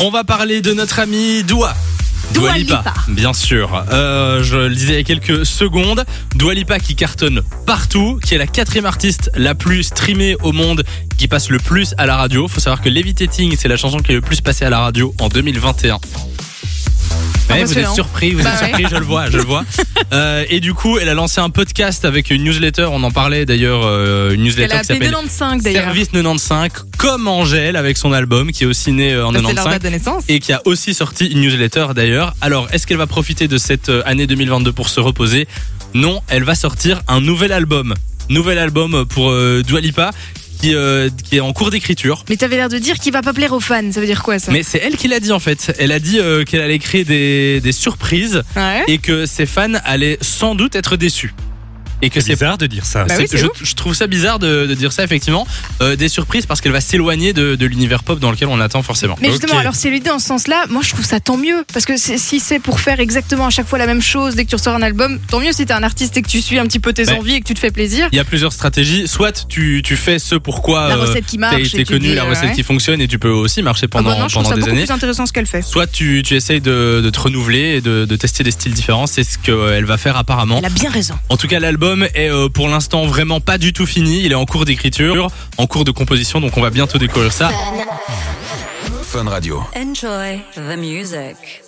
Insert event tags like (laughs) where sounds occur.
On va parler de notre ami Doua. Dua Dua Lipa, Lipa. bien sûr. Euh, je le disais il y a quelques secondes. Dua Lipa qui cartonne partout, qui est la quatrième artiste la plus streamée au monde, qui passe le plus à la radio. Faut savoir que Levitating, c'est la chanson qui est le plus passée à la radio en 2021. Ah, Ouais, vous êtes Impressionnant. surpris, vous Bah êtes ouais. surpris, je le vois, je le (laughs) vois. Euh, et du coup, elle a lancé un podcast avec une newsletter, on en parlait d'ailleurs, euh, une Elle newsletter a qui appelé s'appelle 95 d'ailleurs. Service 95, comme Angèle avec son album qui est aussi né euh, en Ça, C'est leur 95 date de naissance. et qui a aussi sorti une newsletter d'ailleurs. Alors, est-ce qu'elle va profiter de cette euh, année 2022 pour se reposer Non, elle va sortir un nouvel album. Nouvel album pour euh, Dua Lipa qui, euh, qui est en cours d'écriture. Mais t'avais l'air de dire qu'il va pas plaire aux fans. Ça veut dire quoi ça Mais c'est elle qui l'a dit en fait. Elle a dit euh, qu'elle allait créer des, des surprises Ouais. et que ses fans allaient sans doute être déçus. Et que C'est bizarre de dire ça. Bah c'est- oui, c'est je, ouf. je trouve ça bizarre de, de dire ça effectivement. Euh, des surprises parce qu'elle va s'éloigner de, de l'univers pop dans lequel on l'attend forcément. Mais justement, Ok. alors si elle est dans ce sens-là, moi je trouve ça tant mieux. Parce que c'est- si c'est pour faire exactement à chaque fois la même chose dès que tu ressors un album, tant mieux si t'es un artiste et que tu suis un petit peu tes Ouais. envies et que tu te fais plaisir. Il y a plusieurs stratégies. Soit tu, tu fais ce pourquoi La euh, recette qui t'as marche. été et tu connu, dis, la euh, recette ouais. qui fonctionne et tu peux aussi marcher Ah bah pendant, non, je trouve pendant ça des beaucoup années. plus intéressant ce qu'elle fait. Soit tu, tu essayes de, de te renouveler et de, de tester des styles différents. C'est ce qu'elle va faire apparemment. Elle a bien raison. En tout cas, l'album est euh, pour l'instant vraiment pas du tout fini. Il est en cours d'écriture, en cours de composition, donc on va bientôt découvrir ça. Fun Radio. Enjoy the music.